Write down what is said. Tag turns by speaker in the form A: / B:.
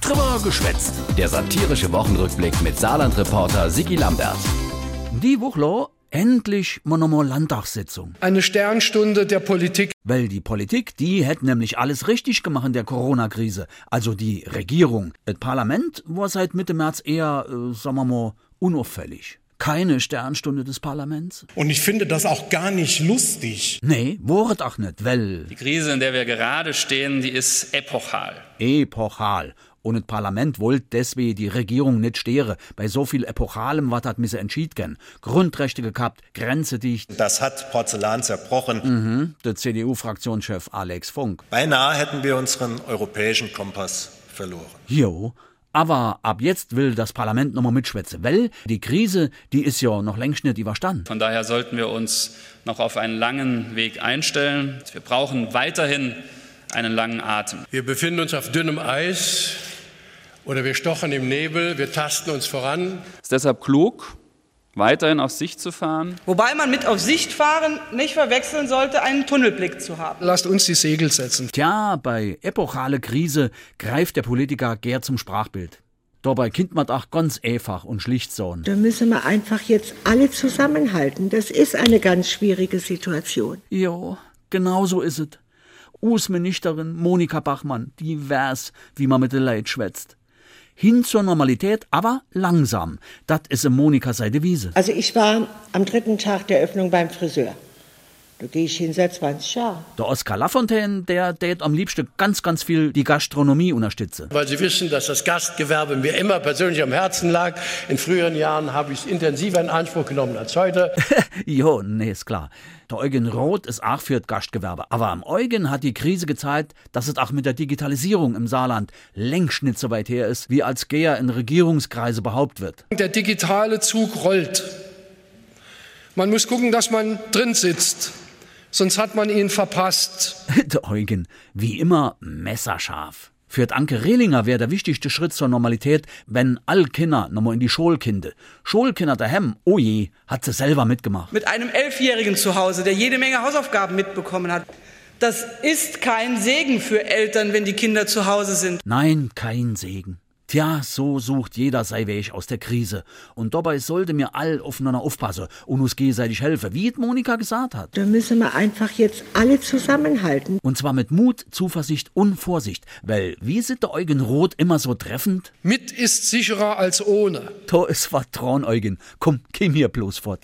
A: Trimmer geschwätzt. Der satirische Wochenrückblick mit Saarland-Reporter Sigi Lambert.
B: Die Wuchler endlich mal nochmal Landtagssitzung.
C: Eine Sternstunde der Politik.
B: Weil die Politik, die hätte nämlich alles richtig gemacht in der Corona-Krise. Also die Regierung. Das Parlament war seit Mitte März eher, äh, sagen wir mal, unauffällig. Keine Sternstunde des Parlaments?
D: Und ich finde das auch gar nicht lustig.
B: Nee, woret auch nicht, weil
E: Die Krise, in der wir gerade stehen, die ist epochal.
B: epochal. Und das Parlament wollte deswegen die Regierung nicht stören. Bei so viel Epochalem, was hat misse entschied gern. Grundrechte gekappt, Grenze dicht.
F: Das hat Porzellan zerbrochen.
B: Der CDU-Fraktionschef Alex Funk.
F: Beinahe hätten wir unseren europäischen Kompass verloren.
B: Jo, aber ab jetzt will das Parlament nochmal mitschwätzen, weil die Krise, die ist ja noch längst nicht überstanden.
E: Von daher sollten wir uns noch auf einen langen Weg einstellen. Wir brauchen weiterhin einen langen Atem.
G: Wir befinden uns auf dünnem Eis oder wir stochen im Nebel, wir tasten uns voran.
E: Es ist deshalb klug, weiterhin auf Sicht zu fahren.
H: Wobei man mit auf Sicht fahren nicht verwechseln sollte, einen Tunnelblick zu haben.
C: Lasst uns die Segel setzen.
B: Tja, bei epochale Krise greift der Politiker gern zum Sprachbild. Dabei kennt man auch ganz einfach und schlicht so.
I: Da müssen wir einfach jetzt alle zusammenhalten. Das ist eine ganz schwierige Situation.
B: Jo, genau so ist es. Außenministerin Monika Bachmann, die wär's, wie man mit den Leid schwätzt. Hin zur Normalität, aber langsam. Das ist in Monika seine Devise.
I: Also ich war am dritten Tag der Öffnung beim Friseur. Da gehe ich hin seit 20 Jahren.
B: Der Oskar Lafontaine, der tät am liebsten ganz, ganz viel die Gastronomie unterstütze.
G: Weil Sie wissen, dass das Gastgewerbe mir immer persönlich am Herzen lag. In früheren Jahren habe ich es intensiver in Anspruch genommen als heute.
B: Jo, nee, ist klar. Der Eugen Roth ist auch für das Gastgewerbe. Aber am Eugen hat die Krise gezeigt, dass es auch mit der Digitalisierung im Saarland längst nicht so weit her ist, wie als Geher in Regierungskreise behaupt wird.
C: Der digitale Zug rollt. Man muss gucken, dass man drin sitzt. Sonst hat man ihn verpasst.
B: Der Eugen, wie immer messerscharf. Für d Anke Rehlinger wäre der wichtigste Schritt zur Normalität, wenn all Kinder nochmal in die Schule kinde. Schulkinder daheim, oh je, hat sie selber mitgemacht.
H: Mit einem Elfjährigen zu Hause, der jede Menge Hausaufgaben mitbekommen hat. Das ist kein Segen für Eltern, wenn die Kinder zu Hause sind.
B: Nein, kein Segen. Tja, so sucht jeder sei Weg aus der Krise. Und dabei sollte mir all aufeinander aufpassen und uns gegenseitig helfen, wie d Monika gesagt hat.
I: Da müssen wir einfach jetzt alle zusammenhalten.
B: Und zwar mit Mut, Zuversicht und Vorsicht, weil wie sieht der Eugen Roth immer so treffend?
C: Mit ist sicherer als ohne.
B: Da ist was dran, Eugen. Komm, geh mir bloß fort.